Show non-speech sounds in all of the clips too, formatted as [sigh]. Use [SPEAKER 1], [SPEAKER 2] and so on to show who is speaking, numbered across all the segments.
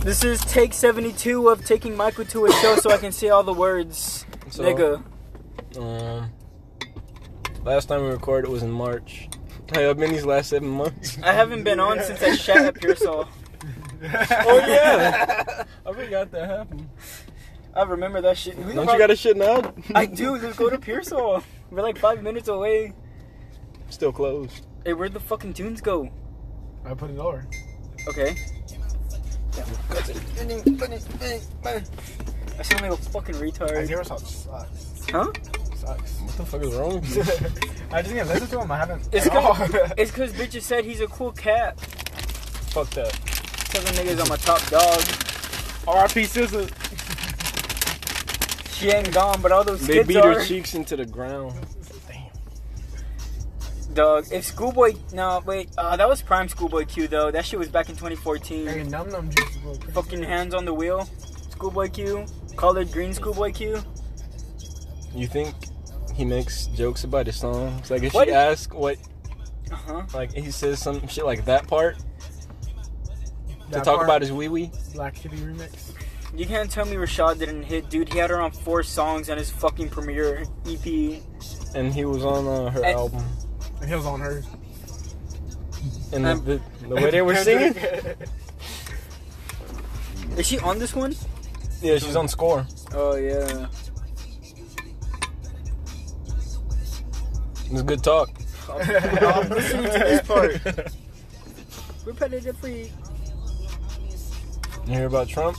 [SPEAKER 1] This is take 72 of taking Michael to a show so I can say all the words.
[SPEAKER 2] [laughs] So,
[SPEAKER 1] Nigga.
[SPEAKER 2] Um, last time we recorded was in March. [laughs] How y'all been these last seven months?
[SPEAKER 1] I haven't been on since I shat at Pearsall.
[SPEAKER 2] [laughs] oh yeah, [laughs] I forgot that happened.
[SPEAKER 1] I remember that shit.
[SPEAKER 2] Don't you got a shit [laughs] now?
[SPEAKER 1] [laughs] I do. Let's go to Pearsall. We're like five minutes away.
[SPEAKER 2] Still closed.
[SPEAKER 1] Hey, where'd the fucking tunes go?
[SPEAKER 3] I put it lower.
[SPEAKER 1] Okay. I sound like a fucking
[SPEAKER 3] I
[SPEAKER 1] retard.
[SPEAKER 3] zero salt sucks.
[SPEAKER 1] Huh?
[SPEAKER 3] Sucks.
[SPEAKER 2] What the fuck is wrong [laughs] with you?
[SPEAKER 3] [laughs] I just didn't listen to him. I haven't.
[SPEAKER 1] It's
[SPEAKER 3] at
[SPEAKER 1] cause,
[SPEAKER 3] [laughs] all.
[SPEAKER 1] it's cause bitches said he's a cool cat.
[SPEAKER 2] fuck that.
[SPEAKER 1] Cause the niggas on my top dog.
[SPEAKER 3] R.I.P. Scissors.
[SPEAKER 1] She ain't gone, but all those
[SPEAKER 2] They
[SPEAKER 1] kids
[SPEAKER 2] beat
[SPEAKER 1] are.
[SPEAKER 2] her cheeks into the ground.
[SPEAKER 1] Dog. If Schoolboy, no wait, uh, that was prime Schoolboy Q though. That shit was back in 2014.
[SPEAKER 3] Hey, num num juice. is going crazy.
[SPEAKER 1] Fucking hands on the wheel. Schoolboy Q. Colored green Schoolboy Q.
[SPEAKER 2] You think he makes jokes about his songs? Like if
[SPEAKER 1] What?
[SPEAKER 2] she asks what,
[SPEAKER 1] Uh huh.
[SPEAKER 2] like he says some shit like that part
[SPEAKER 3] That
[SPEAKER 2] to talk
[SPEAKER 3] part,
[SPEAKER 2] about his wee wee.
[SPEAKER 3] Black Kitty remix.
[SPEAKER 1] You can't tell me Rashad didn't hit, dude. He had her on four songs on his fucking premiere E EP.
[SPEAKER 2] and he was on uh, her
[SPEAKER 1] And-
[SPEAKER 2] album.
[SPEAKER 3] And he was on her.
[SPEAKER 2] And
[SPEAKER 1] Um,
[SPEAKER 2] the, the, the way
[SPEAKER 3] [laughs]
[SPEAKER 2] [laughs] they were singing,
[SPEAKER 1] Is she on this one?
[SPEAKER 2] yeah, she's on score.
[SPEAKER 1] Oh yeah.
[SPEAKER 2] It was good talk.
[SPEAKER 1] I'm listening to this part.
[SPEAKER 3] [laughs]
[SPEAKER 1] Repetitive freak.
[SPEAKER 2] You hear about Trump?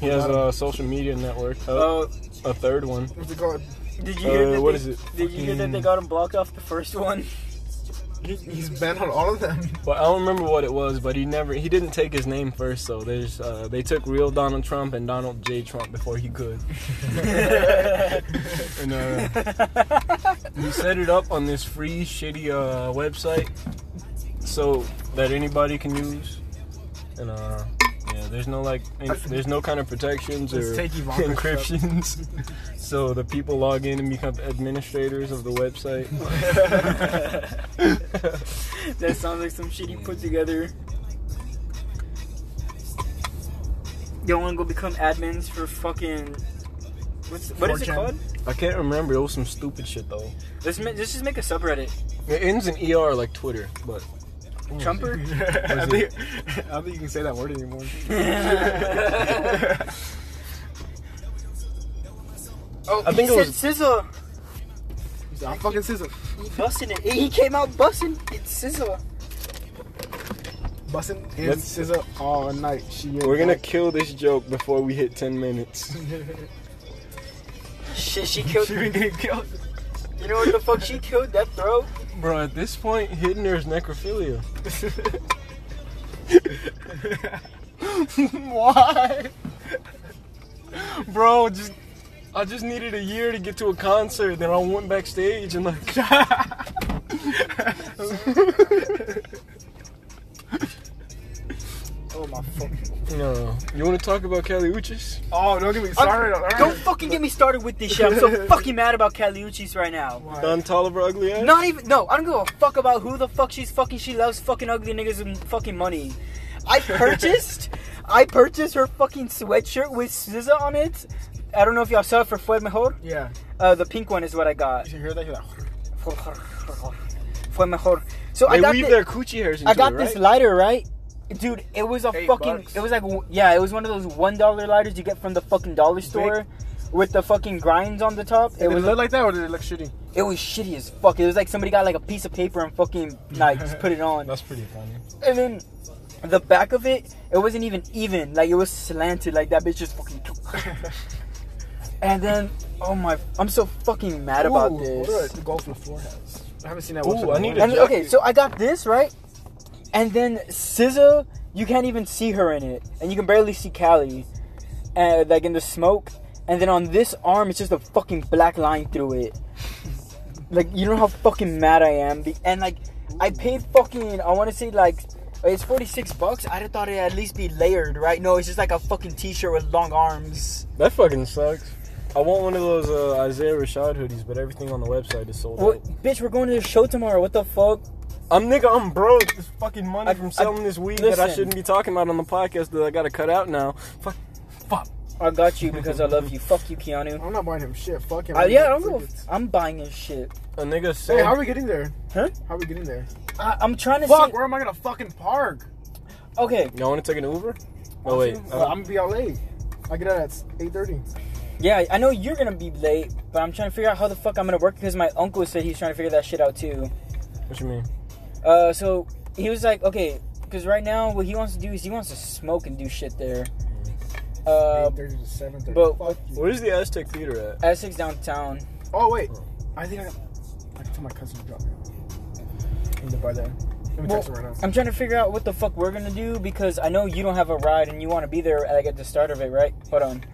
[SPEAKER 2] He has a social media network, a,
[SPEAKER 1] Oh,
[SPEAKER 2] a third one.
[SPEAKER 3] What's it called?
[SPEAKER 1] did you hear
[SPEAKER 2] Uh,
[SPEAKER 1] that
[SPEAKER 2] what
[SPEAKER 1] they,
[SPEAKER 2] is it?
[SPEAKER 1] Did you hear that they
[SPEAKER 2] Fucking-
[SPEAKER 1] got him blocked off the first
[SPEAKER 2] [laughs]
[SPEAKER 1] one? [laughs]
[SPEAKER 3] He, he's banned on all of them.
[SPEAKER 2] Well, I don't remember what it was, but he never he didn't take his name first. So there's uh, they took real Donald Trump and Donald J Trump before he
[SPEAKER 3] [laughs]
[SPEAKER 2] could. and uh, he set it up on this free shitty uh, website so that anybody can use. And uh, yeah, there's no like in- there's no kind of protections
[SPEAKER 3] Let's
[SPEAKER 2] or
[SPEAKER 3] take
[SPEAKER 2] [laughs]
[SPEAKER 3] Ivanka's
[SPEAKER 2] encryptions. so the people log in and become administrators of the
[SPEAKER 3] [laughs]
[SPEAKER 2] website. [laughs]
[SPEAKER 1] That sounds like some shit you put together. You want to go become admins for fucking what's what is it
[SPEAKER 3] 4chan.
[SPEAKER 1] called?
[SPEAKER 2] I can't remember. It was some stupid shit though.
[SPEAKER 1] Let's ma- let's just make a
[SPEAKER 2] [laughs]
[SPEAKER 1] subreddit.
[SPEAKER 2] It ends in ER like Twitter, but
[SPEAKER 3] [laughs]
[SPEAKER 1] Trumper.
[SPEAKER 3] I,
[SPEAKER 2] Was
[SPEAKER 3] think, I don't think you can say that word anymore.
[SPEAKER 1] Oh,
[SPEAKER 2] I think
[SPEAKER 1] he said
[SPEAKER 2] it was-
[SPEAKER 1] Sizzle.
[SPEAKER 3] He's like, [laughs] I'm fucking Scissor.
[SPEAKER 1] He busting it. He came out busting. It's Sizzle.
[SPEAKER 3] Bussin' and
[SPEAKER 2] Let's-
[SPEAKER 3] Scissor all night. She ain't
[SPEAKER 2] we're gonna
[SPEAKER 3] like-
[SPEAKER 2] kill this joke before we hit 10 minutes.
[SPEAKER 1] Shit, she
[SPEAKER 2] [laughs]
[SPEAKER 1] killed.
[SPEAKER 3] she been getting killed.
[SPEAKER 1] You know what the fuck? She killed that throw.
[SPEAKER 2] Bro, at this point, hitting her is necrophilia. [laughs]
[SPEAKER 3] [laughs]
[SPEAKER 2] Why? Bro, just I just needed a year to get to a concert, then I went backstage and like [laughs]
[SPEAKER 3] [laughs] Oh my fuck.
[SPEAKER 2] No. You wanna talk about Cali Uchis?
[SPEAKER 3] Oh, don't get me
[SPEAKER 1] I'm-
[SPEAKER 3] started. on her.
[SPEAKER 1] Don't fucking get me started with this shit. I'm
[SPEAKER 2] [laughs]
[SPEAKER 1] so fucking mad about Caliuchis right now.
[SPEAKER 3] Why?
[SPEAKER 2] Don Tolliver ugly ass?
[SPEAKER 1] Not even no, I don't give a fuck about who the fuck she's fucking. She loves fucking ugly niggas and fucking money.
[SPEAKER 2] [laughs]
[SPEAKER 1] I purchased, I purchased her fucking sweatshirt with SZA on it. I don't know if y'all saw it for Fue Mejor.
[SPEAKER 3] Yeah.
[SPEAKER 1] Uh, the pink one is what I got.
[SPEAKER 3] You hear that? You're like,
[SPEAKER 1] Fue Mejor. So I
[SPEAKER 2] They
[SPEAKER 1] got
[SPEAKER 2] weave
[SPEAKER 1] thi-
[SPEAKER 2] their coochie hairs into
[SPEAKER 1] I got
[SPEAKER 2] it,
[SPEAKER 1] this
[SPEAKER 2] right?
[SPEAKER 1] lighter right. Dude, it was a
[SPEAKER 3] Eight
[SPEAKER 1] fucking.
[SPEAKER 3] bucks.
[SPEAKER 1] It was like, yeah, it was one of those one dollar lighters you get from the fucking dollar store, with the fucking grinds on the top. It
[SPEAKER 3] did it
[SPEAKER 1] was
[SPEAKER 3] look like that or did it look shitty?
[SPEAKER 1] it was shitty as fuck. It was like somebody got like a piece of paper and fucking like just
[SPEAKER 3] [laughs]
[SPEAKER 1] put it on.
[SPEAKER 2] That's pretty funny.
[SPEAKER 1] And then the back of it, it wasn't even even. Like it was slanted. Like that bitch just fucking.
[SPEAKER 3] [laughs]
[SPEAKER 1] and then, oh my, I'm so fucking mad about
[SPEAKER 3] Ooh,
[SPEAKER 1] this.
[SPEAKER 3] What do the golf LaFleur has? I haven't seen that
[SPEAKER 2] Ooh,
[SPEAKER 3] website in
[SPEAKER 2] I
[SPEAKER 3] a
[SPEAKER 2] need
[SPEAKER 1] [laughs]
[SPEAKER 3] while.
[SPEAKER 1] And okay, so I got this right, and then SZA, you can't even see her in it, and you can barely see Callie, uh, like in the smoke. And then on this arm, it's just a fucking black line through it. Like you know how fucking mad I am, Be- and like I paid fucking I want to say like it's forty six bucks. I'd have thought it would at least be layered, right? No, it's just like a fucking t shirt with long arms.
[SPEAKER 2] That fucking sucks. I want one of those uh, Isaiah Rashad hoodies, but everything on the website is sold
[SPEAKER 1] What,
[SPEAKER 2] out.
[SPEAKER 1] bitch? We're going to the show tomorrow. What the fuck?
[SPEAKER 2] I'm nigga, I'm broke. This fucking money
[SPEAKER 1] I-
[SPEAKER 2] from
[SPEAKER 1] I-
[SPEAKER 2] selling this weed that I
[SPEAKER 1] listen.
[SPEAKER 2] shouldn't be talking about on the podcast that I gotta cut out now. Fuck, fuck.
[SPEAKER 1] I got you because I love you. Fuck you, Keanu.
[SPEAKER 3] I'm not buying him shit. Fuck him.
[SPEAKER 1] Uh, yeah, I don't
[SPEAKER 3] I'm
[SPEAKER 1] give a f- I'm buying his shit.
[SPEAKER 2] A nigga said.
[SPEAKER 3] Hey, how are we getting there?
[SPEAKER 1] Huh?
[SPEAKER 3] How are we getting there?
[SPEAKER 1] I, I'm trying to
[SPEAKER 3] Fuck,
[SPEAKER 1] see.
[SPEAKER 3] where am I gonna fucking park?
[SPEAKER 1] Okay,
[SPEAKER 2] Y'all want to take an Uber? Oh wait,
[SPEAKER 3] I'm
[SPEAKER 2] uh,
[SPEAKER 3] gonna be out late. I get out at 8:30.
[SPEAKER 1] yeah, I know you're gonna be late, but I'm trying to figure out how the fuck I'm gonna work because my uncle said he's trying to figure that shit out too.
[SPEAKER 2] what you mean?
[SPEAKER 1] Uh, so he was like, okay, because right now what he wants to do is he wants to smoke and do shit there. Uh,
[SPEAKER 3] 8:30 to 7:30.
[SPEAKER 1] but-
[SPEAKER 3] Fuck you.
[SPEAKER 2] Where's the Aztec Theater at?
[SPEAKER 1] Essex downtown.
[SPEAKER 3] Oh wait, I think I, I can tell my cousin to drop me. off. I need to buy that. Let me
[SPEAKER 1] Well,
[SPEAKER 3] text her right now.
[SPEAKER 1] I'm trying to figure out what the fuck we're gonna do because I know you don't have a ride and you want to be there like at the start of it, right? Hold on.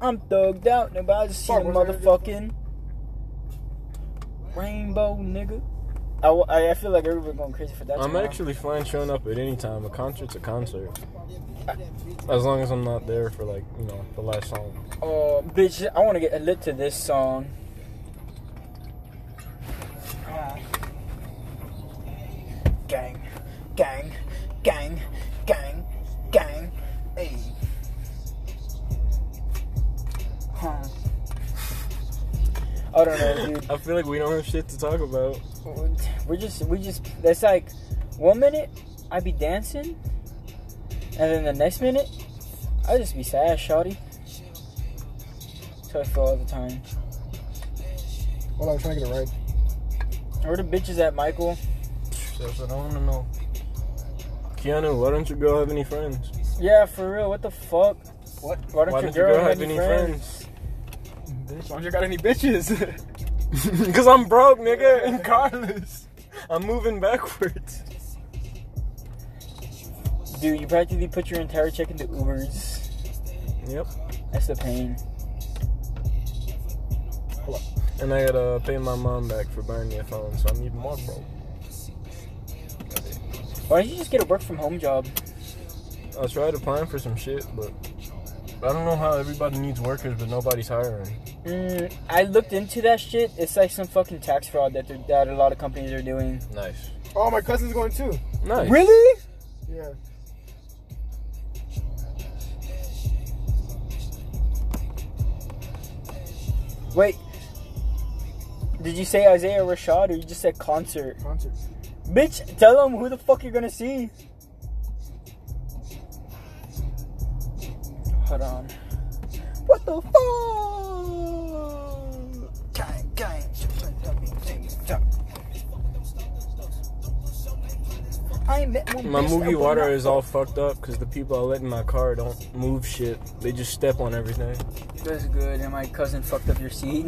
[SPEAKER 1] I'm thugged out and about to see
[SPEAKER 3] Fuck,
[SPEAKER 1] the
[SPEAKER 3] what's that?
[SPEAKER 1] motherfucking rainbow, nigga. I, wa- I, I feel like everybody's going crazy for that.
[SPEAKER 2] I'm
[SPEAKER 1] tomorrow.
[SPEAKER 2] actually fine showing up at any time. A concert's a concert. As long as I'm not there for like you know the last song.
[SPEAKER 1] Oh, bitch, I want to get lit to this song. Gang, gang, gang, gang, gang, hey. Huh. I don't know, dude.
[SPEAKER 2] I feel like we don't have shit to talk about.
[SPEAKER 1] We're just, we just, that's like one minute I be dancing, and then the next minute I just be sad, shawty. So I feel all the time.
[SPEAKER 3] Hold on, I'm trying to get a ride.
[SPEAKER 1] Where the bitches at, Michael?
[SPEAKER 2] That's what I want to know. Keanu, why don't you girl have any friends? [laughs]
[SPEAKER 1] Yeah, for real. What the fuck?
[SPEAKER 3] What?
[SPEAKER 1] Why don't, your
[SPEAKER 2] Why don't you
[SPEAKER 1] girl,
[SPEAKER 2] girl
[SPEAKER 1] have any friends?
[SPEAKER 3] Bitch, why don't you got any bitches? [laughs]
[SPEAKER 2] Because I'm broke, nigga, and carless. I'm moving backwards.
[SPEAKER 1] Dude, you practically put your entire check into Ubers.
[SPEAKER 2] Yep.
[SPEAKER 1] That's the pain.
[SPEAKER 2] And I gotta pay my mom back for buying me a phone, so I'm even more broke.
[SPEAKER 1] Why don't you just get a work from home job?
[SPEAKER 2] I tried applying for some shit, but I don't know how everybody needs workers, but nobody's hiring.
[SPEAKER 1] Mm, I looked into that shit. It's like some fucking tax fraud that they're- that a lot of companies are doing.
[SPEAKER 2] Nice.
[SPEAKER 3] oh, my cousin's going too.
[SPEAKER 2] Nice.
[SPEAKER 1] Really?
[SPEAKER 3] Yeah.
[SPEAKER 1] Wait. Did you say Isaiah Rashad or you just said concert?
[SPEAKER 3] Concert.
[SPEAKER 1] Bitch, tell them who the fuck you're gonna see. Hold on. What the fuck? Gang, gang, I met one
[SPEAKER 2] My
[SPEAKER 1] bitch
[SPEAKER 2] movie
[SPEAKER 1] that would
[SPEAKER 2] water
[SPEAKER 1] not-
[SPEAKER 2] is all fucked up because the people I let in my car don't move shit. They just step on everything.
[SPEAKER 1] That's good, and my cousin fucked up your [laughs] seat.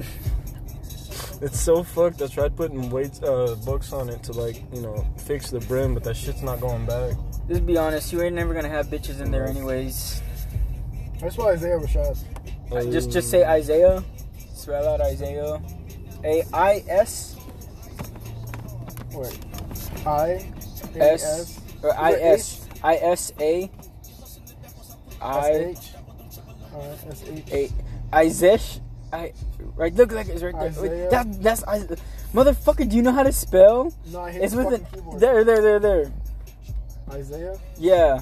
[SPEAKER 2] It's so fucked. I tried putting weights, uh, books on it to like, you know, fix the brim, but that shit's not going back.
[SPEAKER 1] Let's be honest, you ain't never gonna have bitches in there anyways.
[SPEAKER 3] That's why Isaiah was shot.
[SPEAKER 1] Just just say Isaiah. Spell out Isaiah. A I S
[SPEAKER 3] Wait. I. A,
[SPEAKER 1] S or I S I S A I
[SPEAKER 3] S H. Uh, S H.
[SPEAKER 1] A Izesh I right look like it's right there. Wait,
[SPEAKER 3] Isaiah.
[SPEAKER 1] that that's I, motherfucker. Do you know how to spell?
[SPEAKER 3] No, I hate
[SPEAKER 1] It's
[SPEAKER 3] the
[SPEAKER 1] with
[SPEAKER 3] fucking
[SPEAKER 1] an
[SPEAKER 3] keyboard.
[SPEAKER 1] there there there there.
[SPEAKER 3] Isaiah.
[SPEAKER 1] Yeah.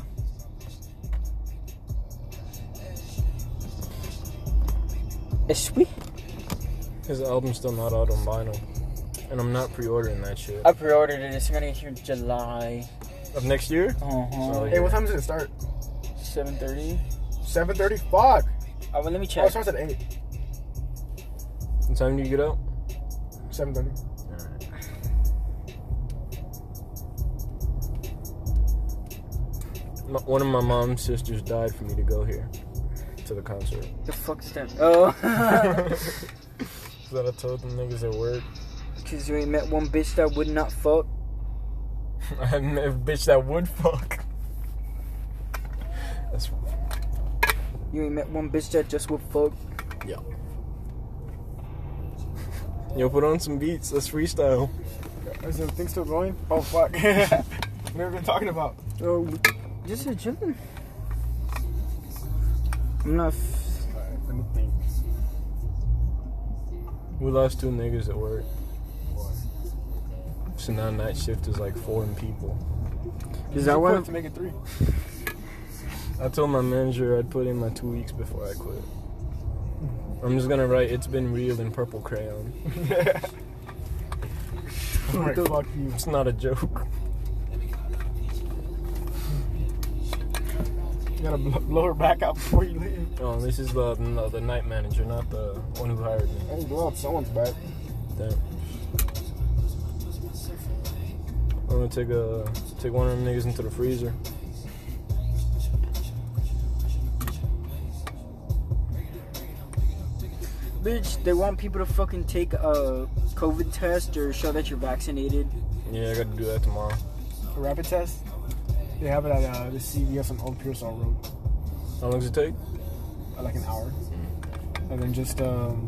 [SPEAKER 1] Ishwi?
[SPEAKER 2] His album's still not out on vinyl. And I'm not pre ordering that shit.
[SPEAKER 1] I pre-ordered it. It's gonna get here in July.
[SPEAKER 2] Of next year?
[SPEAKER 1] Uh-huh.
[SPEAKER 3] Hey, what time does it start?
[SPEAKER 1] 7:30.
[SPEAKER 3] 7:30. Fuck.
[SPEAKER 1] Oh, well, let me
[SPEAKER 3] Oh, it
[SPEAKER 1] check.
[SPEAKER 3] starts at 8.
[SPEAKER 2] What time do you get out?
[SPEAKER 3] 7:30.
[SPEAKER 2] M- One of my mom's sisters died for me to go here to the concert.
[SPEAKER 1] The fuck's that? Oh. [laughs]
[SPEAKER 2] That I told them niggas at work. [laughs]
[SPEAKER 1] Cause you ain't met one bitch that would not fuck.
[SPEAKER 2] I haven't met a bitch that would fuck. That's
[SPEAKER 1] You ain't met one bitch that just would fuck.
[SPEAKER 2] yeah. Yo, put on some beats. Let's freestyle.
[SPEAKER 3] Is the thing still going? Oh fuck. [laughs] What have we been talking about?
[SPEAKER 1] Oh, just a chillin'. I'm not. F-
[SPEAKER 3] Alright, let me think.
[SPEAKER 2] We lost two niggas at work. So now night shift is like foreign people.
[SPEAKER 1] Is that
[SPEAKER 3] what?
[SPEAKER 1] what?
[SPEAKER 3] To make it three.
[SPEAKER 2] I told my manager I'd put in my two weeks before I quit. I'm just gonna write it's been real in purple crayon.
[SPEAKER 3] [laughs] Alright,
[SPEAKER 1] the-
[SPEAKER 3] fuck you.
[SPEAKER 2] It's not a joke. [laughs]
[SPEAKER 3] You gotta blow, blow her back out before you leave.
[SPEAKER 2] Oh, this is the no, the night manager, not the one who hired me.
[SPEAKER 3] I need to blow out someone's back.
[SPEAKER 2] Damn. I'm gonna take a take one of them niggas into the freezer.
[SPEAKER 1] Bitch, they want people to fucking take a COVID test or show that you're vaccinated.
[SPEAKER 2] Yeah, I gotta do that tomorrow.
[SPEAKER 3] A rapid test. They have it at uh, the CVS on Old Pearsall Road.
[SPEAKER 2] How long does it take?
[SPEAKER 3] uh, like an hour. And then just um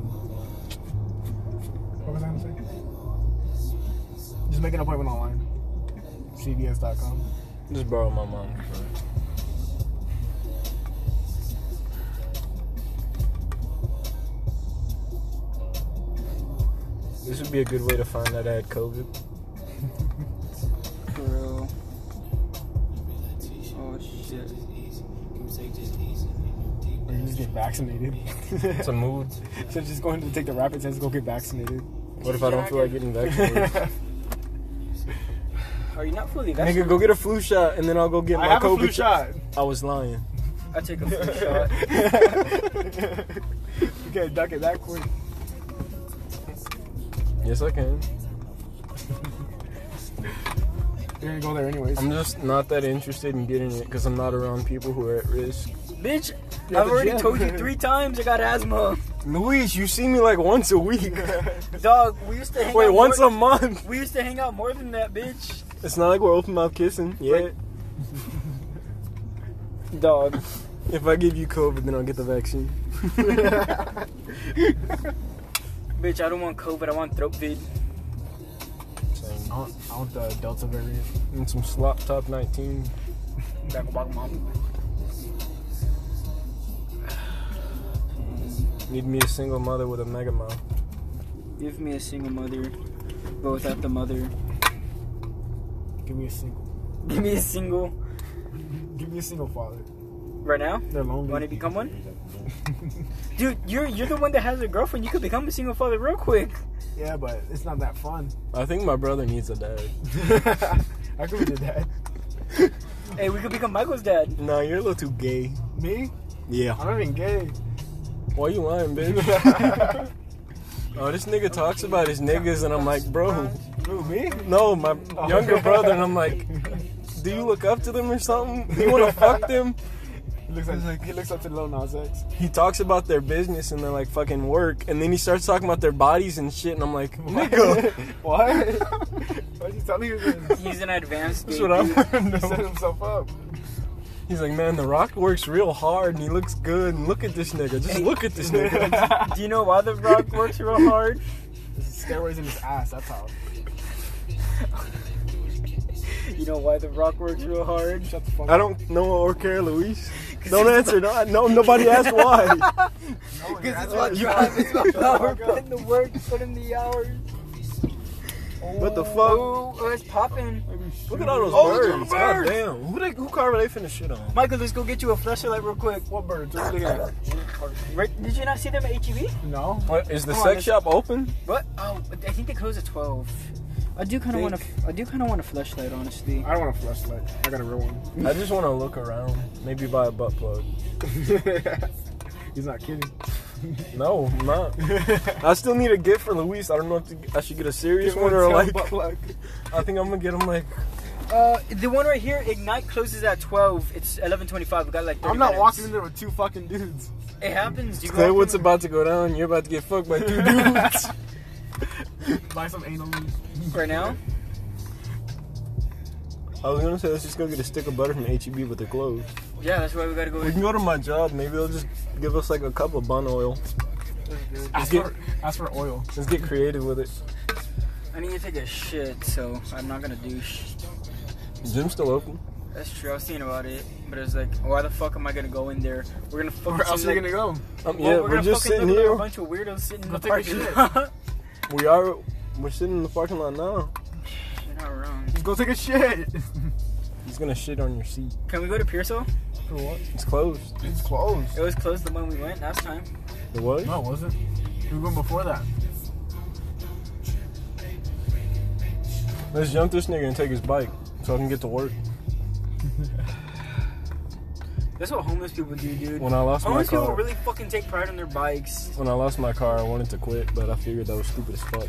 [SPEAKER 3] what was I gonna say? Just make an appointment online. CVS.com.
[SPEAKER 2] Just borrow my mom. This would be a good way to find out I had COVID.
[SPEAKER 1] For real. Oh shit.
[SPEAKER 3] Or you just get vaccinated. [laughs]
[SPEAKER 2] It's a mood.
[SPEAKER 3] so just go in to take the rapid test, go get vaccinated.
[SPEAKER 2] What if I don't feel like getting
[SPEAKER 3] [laughs]
[SPEAKER 2] vaccinated?
[SPEAKER 1] Are you not fully vaccinated?
[SPEAKER 2] Nigga, go get a flu shot and then I'll go get my COVID shot.
[SPEAKER 3] [laughs]
[SPEAKER 2] I was lying.
[SPEAKER 1] I take a flu [laughs] shot.
[SPEAKER 3] You can't duck it that quick.
[SPEAKER 2] Yes, I can.
[SPEAKER 3] You're gonna go there anyways.
[SPEAKER 2] I'm just not that interested in getting it because I'm not around people who are at risk.
[SPEAKER 1] Bitch,
[SPEAKER 3] You're at
[SPEAKER 1] I've
[SPEAKER 3] the
[SPEAKER 1] already
[SPEAKER 3] gym.
[SPEAKER 1] told you three times I got asthma.
[SPEAKER 2] Luis, you see me like once a week.
[SPEAKER 1] Dog, we used to hang
[SPEAKER 2] Wait,
[SPEAKER 1] out
[SPEAKER 2] once
[SPEAKER 1] more,
[SPEAKER 2] a month.
[SPEAKER 1] We used to hang out more than that, bitch.
[SPEAKER 2] It's not like we're open mouth kissing. [laughs] Yeah.
[SPEAKER 1] Dog.
[SPEAKER 2] If I give you COVID, then I'll get the vaccine.
[SPEAKER 1] Bitch, I don't want COVID, I want throat vid.
[SPEAKER 3] I want, I want the Delta variant.
[SPEAKER 2] And some slop top 19.
[SPEAKER 1] Back back mom.
[SPEAKER 2] Need me a single mother with a mega mouth.
[SPEAKER 1] Give me a single mother, but without the mother.
[SPEAKER 3] Give me a single.
[SPEAKER 1] Give me a single
[SPEAKER 3] Give me a single father.
[SPEAKER 1] right now.
[SPEAKER 3] They're lonely.
[SPEAKER 1] Want to become one? Dude, you're you're the one that has a girlfriend. You could become a single father real quick.
[SPEAKER 3] Yeah, but it's not that fun. [laughs]
[SPEAKER 2] I think my brother needs a dad.
[SPEAKER 3] I could do that.
[SPEAKER 1] Hey, we could become Michael's dad.
[SPEAKER 2] Nah, you're a little too gay.
[SPEAKER 3] Me?
[SPEAKER 2] Yeah.
[SPEAKER 3] I'm not even [laughs] gay.
[SPEAKER 2] Why you lying, bitch? [laughs]
[SPEAKER 3] Who,
[SPEAKER 2] oh, this nigga talks about his niggas, and I'm like, bro.
[SPEAKER 3] me?
[SPEAKER 2] No, my
[SPEAKER 3] Oh.
[SPEAKER 2] younger brother, and I'm like, do you look up to them or something? You want to fuck them?
[SPEAKER 3] He looks like, he looks up to Lil Nas X.
[SPEAKER 2] He talks about their business and their like fucking work, and then he starts talking about their bodies and shit, and I'm like, nigga,
[SPEAKER 3] [laughs] what? Why'd you tell me [laughs] this?
[SPEAKER 1] He's an advanced.
[SPEAKER 2] that's
[SPEAKER 1] gay
[SPEAKER 2] what I
[SPEAKER 1] dude.
[SPEAKER 2] want to
[SPEAKER 3] He set
[SPEAKER 2] know.
[SPEAKER 3] himself up.
[SPEAKER 2] He's like, man, The Rock works real hard, and he looks good, and look at this nigga, just look at this nigga.
[SPEAKER 1] Do you know why the rock works real hard?
[SPEAKER 3] There's steroids in his ass, that's how.
[SPEAKER 1] You know why the rock works real hard? [laughs]
[SPEAKER 3] Shut the fuck
[SPEAKER 2] I don't know or care, Luis. Don't answer. No, no, nobody asked why.
[SPEAKER 3] know.
[SPEAKER 1] Because it's
[SPEAKER 3] what
[SPEAKER 1] my job. It's my job. Put in the work. Put in the hours.
[SPEAKER 2] What the fuck?
[SPEAKER 1] Oh, oh, it's popping.
[SPEAKER 2] [laughs] Look at all those
[SPEAKER 1] Oh, look at
[SPEAKER 2] birds.
[SPEAKER 1] the birds.
[SPEAKER 2] God damn. Who, they, who car were they finna shit on?
[SPEAKER 1] Michael, let's go get you a flashlight real quick.
[SPEAKER 3] What birds? What are you looking
[SPEAKER 1] Right, did you not see them at HEB?
[SPEAKER 3] at? No.
[SPEAKER 2] What, is the
[SPEAKER 1] Come on,
[SPEAKER 2] sex
[SPEAKER 1] let's-
[SPEAKER 2] shop open?
[SPEAKER 1] What? Oh, I think they close at twelve. I do kind of want to. I do kind of want a flashlight, honestly.
[SPEAKER 3] I don't want a flashlight. I got a real one. [laughs]
[SPEAKER 2] I just want to look around. Maybe buy a butt plug.
[SPEAKER 3] He's not kidding.
[SPEAKER 2] No, I'm not. [laughs] I still need a gift for Luis. I don't know if to, I should get a serious
[SPEAKER 3] Get
[SPEAKER 2] one or
[SPEAKER 3] too,
[SPEAKER 2] like.
[SPEAKER 3] butt [laughs] plug.
[SPEAKER 2] I think I'm gonna get him like.
[SPEAKER 1] Uh, the one right here, Ignite closes at 12. It's 11:25. We got like 30
[SPEAKER 3] I'm not
[SPEAKER 1] minutes.
[SPEAKER 3] walking in there with two fucking dudes.
[SPEAKER 1] It happens. You
[SPEAKER 2] Clay,
[SPEAKER 1] walk
[SPEAKER 2] what's
[SPEAKER 1] in-
[SPEAKER 2] about to go down? You're about to get fucked by two dudes.
[SPEAKER 3] Buy some anal.
[SPEAKER 1] right now?
[SPEAKER 2] [laughs] I was gonna say let's just go get a stick of butter from E HEB, but they're closed.
[SPEAKER 1] Yeah, that's why we gotta go.
[SPEAKER 2] We
[SPEAKER 1] With-
[SPEAKER 2] can go to my job. Maybe they'll just give us like a cup of bun oil.
[SPEAKER 3] Ask
[SPEAKER 2] Get-
[SPEAKER 3] for, ask for oil.
[SPEAKER 2] Let's get creative with it.
[SPEAKER 1] I need to take a shit, so I'm not gonna douche.
[SPEAKER 2] Gym's still open.
[SPEAKER 1] That's true. I was thinking about it, but it's like, why the fuck am I gonna go in there? We're gonna fucking.
[SPEAKER 3] Where else
[SPEAKER 1] seem
[SPEAKER 3] are you
[SPEAKER 1] like-
[SPEAKER 3] gonna go?
[SPEAKER 2] Um,
[SPEAKER 1] Well,
[SPEAKER 2] yeah,
[SPEAKER 1] we're,
[SPEAKER 2] we're,
[SPEAKER 1] gonna
[SPEAKER 2] just
[SPEAKER 1] fucking
[SPEAKER 2] sitting
[SPEAKER 1] look like
[SPEAKER 2] here.
[SPEAKER 1] A bunch of weirdos sitting in
[SPEAKER 3] Go
[SPEAKER 1] [laughs] the
[SPEAKER 3] take a
[SPEAKER 1] parking lot.
[SPEAKER 2] We are. We're sitting in the parking lot now.
[SPEAKER 3] go take a shit.
[SPEAKER 2] He's gonna shit on your seat.
[SPEAKER 1] Can we go to Pearsall?
[SPEAKER 3] [laughs] For what?
[SPEAKER 2] It's closed.
[SPEAKER 3] It's closed.
[SPEAKER 1] It was closed the one we went last time.
[SPEAKER 2] The what?
[SPEAKER 3] No, it wasn't. We were going before that.
[SPEAKER 2] Let's jump this nigga and take his bike so I can get to work.
[SPEAKER 1] That's what homeless people do, dude.
[SPEAKER 2] When I lost my
[SPEAKER 1] homeless people
[SPEAKER 2] car,
[SPEAKER 1] really fucking take pride on their bikes.
[SPEAKER 2] when I lost my car, I wanted to quit, but I figured that was stupid as fuck.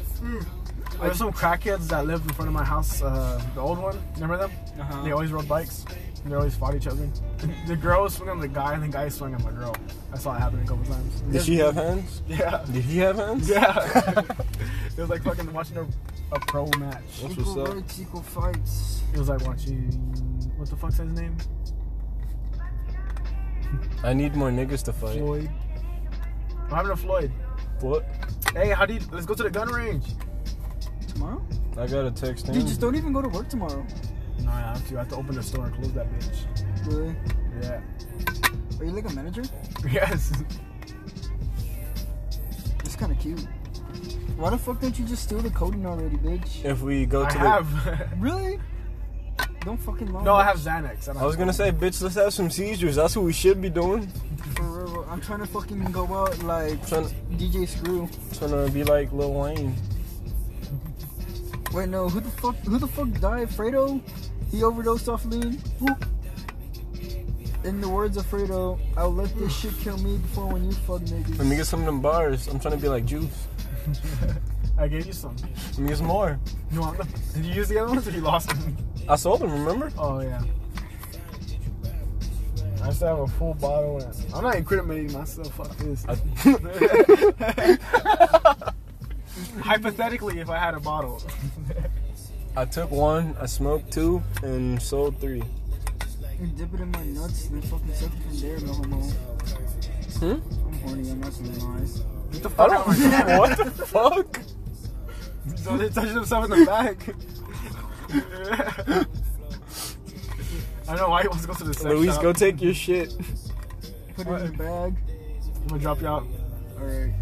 [SPEAKER 3] There's some crackheads that lived in front of my house, uh, the old one. Remember them?
[SPEAKER 1] Uh-huh.
[SPEAKER 3] They always rode bikes. And they always fought each other. the girl was swinging on the guy, and the guy swung on my girl. I saw it happen a couple times.
[SPEAKER 2] Did she have hands?
[SPEAKER 3] Yeah. [laughs]
[SPEAKER 2] Did he have hands?
[SPEAKER 3] Yeah. [laughs] it was like fucking watching a, a pro match.
[SPEAKER 2] That's what's up.
[SPEAKER 4] rights, equal fights.
[SPEAKER 3] It was like watching. What the fuck's his name?
[SPEAKER 2] I need more niggas to fight.
[SPEAKER 3] Floyd. What happened to Floyd?
[SPEAKER 2] What?
[SPEAKER 3] Hey, how do you. Let's go to the gun range.
[SPEAKER 1] Tomorrow?
[SPEAKER 2] I got a text him.
[SPEAKER 1] Dude, just don't even go to work tomorrow.
[SPEAKER 3] No, I have to. I have to open the store and close that bitch.
[SPEAKER 1] Really?
[SPEAKER 3] Yeah. [laughs]
[SPEAKER 1] Are you like a manager?
[SPEAKER 3] Yes.
[SPEAKER 1] That's kind of cute. Why the fuck don't you just steal the coding already, bitch?
[SPEAKER 2] if we go to
[SPEAKER 3] I
[SPEAKER 2] the,
[SPEAKER 3] have. [laughs]
[SPEAKER 1] Really? Don't fucking lie.
[SPEAKER 3] no, I have Xanax. don't
[SPEAKER 2] I was gonna say, bitch, let's have some seizures. That's what we should be doing.
[SPEAKER 1] For real, I'm trying to fucking go out like
[SPEAKER 2] Trying,
[SPEAKER 1] DJ Screw.
[SPEAKER 2] trying to be like Lil Wayne.
[SPEAKER 1] Wait, no. Who the fuck? Who the fuck died? Fredo. He overdosed off lean. Whoop. In the words of Fredo, I'll let this shit kill me before when you fuck niggas.
[SPEAKER 2] Let me get some of them bars. I'm trying to be like Juice.
[SPEAKER 3] I gave you some.
[SPEAKER 2] Let me get some more.
[SPEAKER 3] You want them? Did you use the other ones or you lost them?
[SPEAKER 2] I sold them, remember?
[SPEAKER 3] Oh yeah. I still have a full bottle. And I'm not incriminating myself. Fuck this.
[SPEAKER 2] I,
[SPEAKER 3] [laughs] Hypothetically, if I had a bottle, [laughs]
[SPEAKER 2] I took one, I smoked two, and sold three.
[SPEAKER 1] And dip it in my nuts and then fucking suck it from there, no homo.
[SPEAKER 2] Hmm?
[SPEAKER 1] I'm horny. I'm not gonna lie.
[SPEAKER 3] get the
[SPEAKER 2] I
[SPEAKER 3] fuck
[SPEAKER 2] don't.
[SPEAKER 3] out of my
[SPEAKER 2] [laughs]
[SPEAKER 3] car.
[SPEAKER 2] what the fuck?
[SPEAKER 3] So they touched themselves in the back. [laughs] I don't know why he wants to go to the sex
[SPEAKER 2] Luis,
[SPEAKER 3] shop.
[SPEAKER 2] go take your shit.
[SPEAKER 1] Put it in the bag.
[SPEAKER 3] I'm gonna drop you out.
[SPEAKER 1] All right.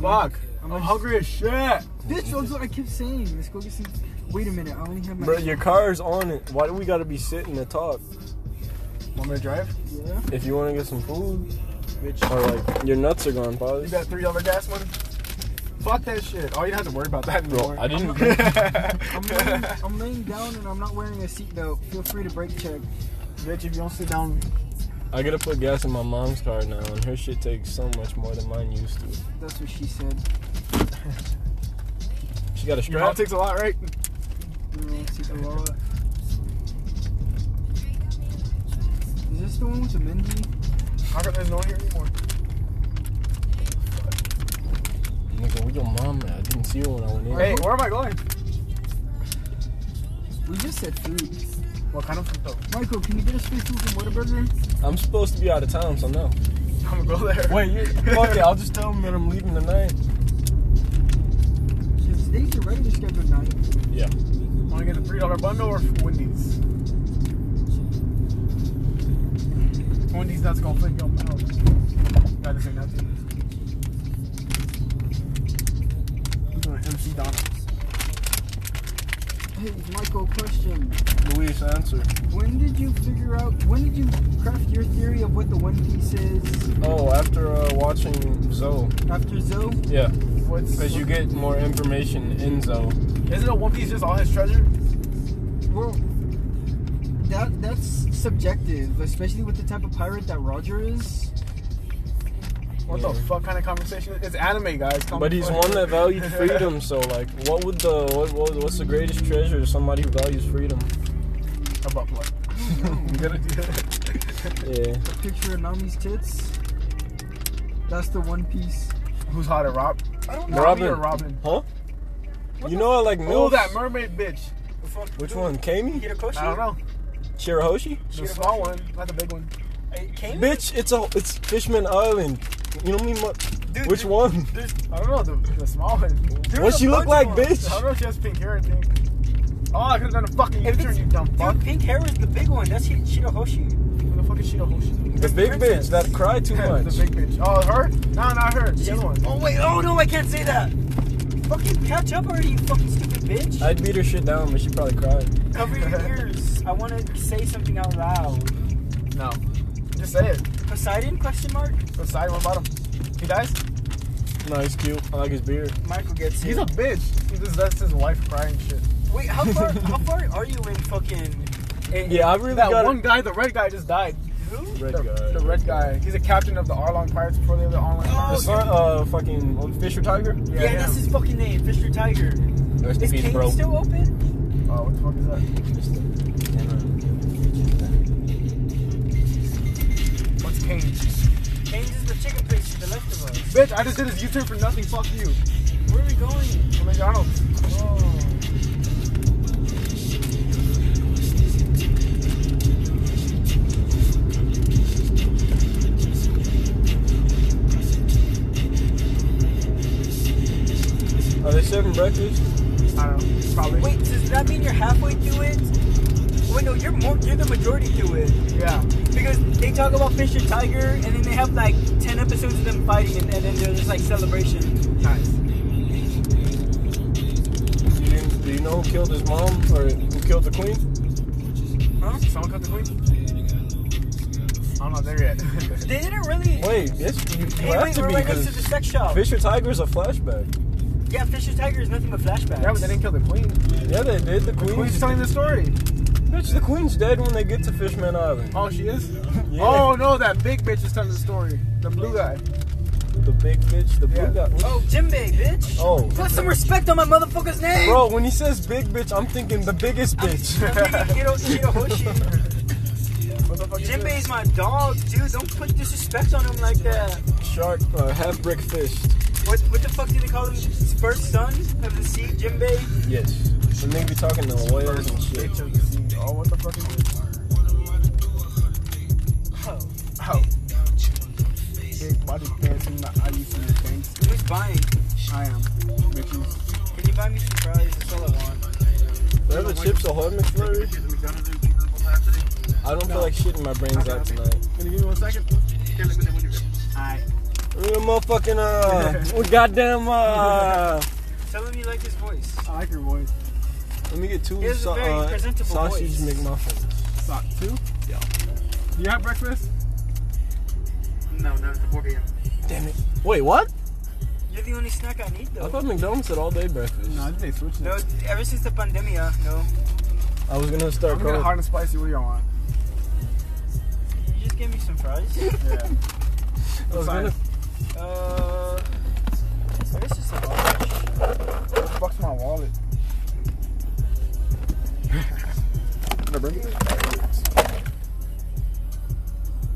[SPEAKER 3] Fuck. I'm, hungry as shit.
[SPEAKER 1] Bitch, that's what I kept saying. Let's go get some. Wait a minute. I only have my.
[SPEAKER 2] Bro, your car's on it. Why do we gotta be sitting to talk?
[SPEAKER 3] Want me to drive?
[SPEAKER 1] Yeah.
[SPEAKER 2] If you wanna get some food,
[SPEAKER 3] Bitch.
[SPEAKER 2] or like your nuts are gone,
[SPEAKER 3] You
[SPEAKER 2] probably.
[SPEAKER 3] got three dollar gas money? Fuck that shit. Oh, you don't have to worry about that anymore.
[SPEAKER 2] I didn't.
[SPEAKER 3] [laughs]
[SPEAKER 1] I'm laying, I'm laying down and I'm not wearing a seatbelt. Feel free to brake check.
[SPEAKER 3] Bitch, if you don't sit down,
[SPEAKER 2] I gotta put gas in my mom's car now, and her shit takes so much more than mine used to.
[SPEAKER 1] That's what she said.
[SPEAKER 2] She got a
[SPEAKER 3] your mom
[SPEAKER 2] strap.
[SPEAKER 3] takes a lot, right?
[SPEAKER 1] Mm, she's a lot. Is this the one with the Mindy?
[SPEAKER 3] How come there's no one here anymore?
[SPEAKER 2] Nigga, where your mom at? I didn't see her when I went in.
[SPEAKER 3] Hey, where am I going?
[SPEAKER 1] We just said food.
[SPEAKER 3] What kind of food though?
[SPEAKER 1] Michael, can you get us free food from Whataburger?
[SPEAKER 2] I'm supposed to be out of town, so no.
[SPEAKER 3] I'm gonna go there.
[SPEAKER 2] Wait, you, fuck it. I'll just tell them that I'm leaving tonight.
[SPEAKER 1] Because today's your regular scheduled night.
[SPEAKER 2] Yeah.
[SPEAKER 3] Wanna get a three dollar bundle or Wendy's? Wendy's that's gonna flip your mouth. That doesn't nothing. I'm gonna MC Donald's.
[SPEAKER 1] Hey, Michael, question.
[SPEAKER 2] Luis, answer.
[SPEAKER 1] When did you figure out, when did you craft your theory of what the One Piece is
[SPEAKER 2] Oh, after uh, watching Zoe.
[SPEAKER 1] after Zoe?
[SPEAKER 2] Yeah,
[SPEAKER 3] What's
[SPEAKER 2] because you get more information in Zoe.
[SPEAKER 3] Isn't a One Piece just all his treasure?
[SPEAKER 1] Well, that that's subjective, especially with the type of pirate that Roger is.
[SPEAKER 3] What the
[SPEAKER 2] Yeah.
[SPEAKER 3] fuck kind of conversation? It's anime, guys. Come
[SPEAKER 2] But he's
[SPEAKER 3] on.
[SPEAKER 2] one that
[SPEAKER 3] [laughs]
[SPEAKER 2] valued freedom. So, like, what would the what, what what's the greatest treasure to somebody who values freedom?
[SPEAKER 3] About what? I'm gonna do that.
[SPEAKER 2] Yeah.
[SPEAKER 1] A picture of Nami's tits. That's the One Piece.
[SPEAKER 3] Who's hotter, Rob? I don't know.
[SPEAKER 2] Robin.
[SPEAKER 3] Or Robin.
[SPEAKER 2] Huh? you know I like
[SPEAKER 3] Oh,
[SPEAKER 2] milfs.
[SPEAKER 3] that mermaid bitch.
[SPEAKER 2] Which one? Kami? Uh-huh.
[SPEAKER 3] I don't know.
[SPEAKER 2] Shirahoshi?
[SPEAKER 3] The small one, not the big one.
[SPEAKER 2] Bitch, it's a it's Fishman Island. You know me. Mu- Which one?
[SPEAKER 3] I don't know the, the small one.
[SPEAKER 2] What she look like,
[SPEAKER 3] I don't
[SPEAKER 2] bitch?
[SPEAKER 3] know if she has pink hair and thing. Oh, I could have done a fucking U-turn, you dumb fuck.
[SPEAKER 1] pink hair is the big one. That's Shirahoshi.
[SPEAKER 3] Who the fuck is she? The whole shit. [laughs]
[SPEAKER 2] The big bitch that cried too
[SPEAKER 3] Yeah,
[SPEAKER 2] much.
[SPEAKER 3] the big bitch. Oh, her? No, not her. The other one.
[SPEAKER 1] Oh wait, oh no, I can't say that. Fucking catch up already, you fucking stupid
[SPEAKER 2] [laughs]
[SPEAKER 1] bitch.
[SPEAKER 2] I'd beat her shit down, but she probably cried.
[SPEAKER 1] Cover your ears. I want to say something out loud.
[SPEAKER 3] No. Just say it.
[SPEAKER 1] Poseidon? Question mark.
[SPEAKER 3] Let's side one bottom. He dies?
[SPEAKER 2] No, he's cute. I like his beard.
[SPEAKER 1] Michael gets it.
[SPEAKER 3] He's a bitch. He just, that's his wife crying shit.
[SPEAKER 1] Wait, how far? how far are you in fucking? In,
[SPEAKER 2] Yeah, I really
[SPEAKER 3] That
[SPEAKER 2] got
[SPEAKER 3] one guy, the red guy, just died.
[SPEAKER 1] Who?
[SPEAKER 2] Red
[SPEAKER 3] the,
[SPEAKER 2] guy.
[SPEAKER 3] the red guy. He's a captain of the Arlong Pirates before they were the Arlong
[SPEAKER 2] The
[SPEAKER 1] Oh,
[SPEAKER 3] Pirates.
[SPEAKER 2] son, uh, fucking Fisher Tiger.
[SPEAKER 1] Yeah,
[SPEAKER 3] yeah.
[SPEAKER 1] that's his fucking name, Fisher Tiger.
[SPEAKER 2] Rest
[SPEAKER 1] Is Kane still open?
[SPEAKER 3] Oh, what the fuck is that? What's Kane?
[SPEAKER 1] Kane's is the chicken place to the left of us.
[SPEAKER 3] Bitch, I just did his U-turn for nothing. Fuck you.
[SPEAKER 1] Where are we going?
[SPEAKER 3] To McDonald's.
[SPEAKER 1] Oh.
[SPEAKER 2] Are they serving breakfast?
[SPEAKER 3] I don't know. Probably.
[SPEAKER 1] Wait, does that mean you're halfway through it? Wait, no, you're more. You're the majority through it
[SPEAKER 3] Yeah.
[SPEAKER 1] because they talk about Fisher Tiger, and then they have like ten episodes of them fighting, and, and then there's just like celebration.
[SPEAKER 3] Nice.
[SPEAKER 2] You didn't, do you know who killed his mom or who killed the queen?
[SPEAKER 1] Huh?
[SPEAKER 3] Someone cut the queen? I'm not there yet. [laughs]
[SPEAKER 1] They didn't really.
[SPEAKER 2] Wait, yes, you
[SPEAKER 1] Hey,
[SPEAKER 2] have
[SPEAKER 1] wait,
[SPEAKER 2] to
[SPEAKER 1] we're
[SPEAKER 2] be
[SPEAKER 1] right next
[SPEAKER 2] because
[SPEAKER 1] to the sex shop.
[SPEAKER 2] Fisher Tiger's a flashback.
[SPEAKER 1] yeah, Fisher Tiger is nothing but flashbacks.
[SPEAKER 3] yeah, but they didn't kill the queen.
[SPEAKER 2] Yeah, they did. The
[SPEAKER 3] The queen's
[SPEAKER 2] queen's
[SPEAKER 3] telling the story.
[SPEAKER 2] bitch. The queen's dead when they get to Fishman Island.
[SPEAKER 3] Oh, she [laughs] is?
[SPEAKER 2] Yeah.
[SPEAKER 3] Oh, no, that big bitch is telling the story. The blue guy.
[SPEAKER 2] the big bitch, the blue
[SPEAKER 3] Yeah.
[SPEAKER 2] guy.
[SPEAKER 1] Oh, Jimbei, bitch.
[SPEAKER 2] Oh.
[SPEAKER 1] Put some respect on my motherfucker's name.
[SPEAKER 2] Bro, when he says big bitch, I'm thinking the biggest bitch.
[SPEAKER 1] I'm thinking Hiro- Hirohoshi.
[SPEAKER 3] [laughs] What the fuck is this?
[SPEAKER 1] Jimbei's my dog, dude. Don't put disrespect on him like that.
[SPEAKER 2] Shark, uh, half brick fist.
[SPEAKER 1] What, what the fuck do they call him? First son of the sea, Jimbei?
[SPEAKER 2] Yes. And they be talking to whales and shit.
[SPEAKER 3] Bitch of the sea. Oh, what the fuck is this?
[SPEAKER 1] Oh,
[SPEAKER 3] Oh. Big body pants and I used to make things.
[SPEAKER 1] who's buying?
[SPEAKER 3] I am. Mickey's.
[SPEAKER 1] Can you buy me some fries? That's all I want.
[SPEAKER 2] Do you have a chips ahoy McFlurry? I don't feel like shitting my brains out tonight.
[SPEAKER 3] Can you give me one second? Alright.
[SPEAKER 2] We're motherfucking uh, we goddamn uh.
[SPEAKER 1] Tell him you like his voice.
[SPEAKER 3] I like your voice.
[SPEAKER 2] Let me get two
[SPEAKER 1] He has a
[SPEAKER 2] sa-
[SPEAKER 1] very
[SPEAKER 2] uh,
[SPEAKER 1] presentable
[SPEAKER 2] sausage
[SPEAKER 1] voice.
[SPEAKER 2] McMuffins.
[SPEAKER 3] Sock two?
[SPEAKER 2] Yeah.
[SPEAKER 3] Do you have breakfast?
[SPEAKER 4] No, no, it's 4 p.m.
[SPEAKER 2] Damn it. Wait, what?
[SPEAKER 1] You're the only snack I need,
[SPEAKER 2] I
[SPEAKER 1] though.
[SPEAKER 2] thought McDonald's had all day breakfast.
[SPEAKER 3] No, I think they switched it.
[SPEAKER 1] No, ever since the pandemic, uh, no.
[SPEAKER 2] I was gonna
[SPEAKER 3] I'm
[SPEAKER 2] start
[SPEAKER 3] gonna
[SPEAKER 2] calling.
[SPEAKER 3] hard and spicy. What do y'all want?
[SPEAKER 1] You just gave me some
[SPEAKER 4] [laughs]
[SPEAKER 1] fries.
[SPEAKER 3] Yeah.
[SPEAKER 2] I was gonna,
[SPEAKER 1] Uh, I guess just a large.
[SPEAKER 3] What the fuck's my wallet? Did I bring it?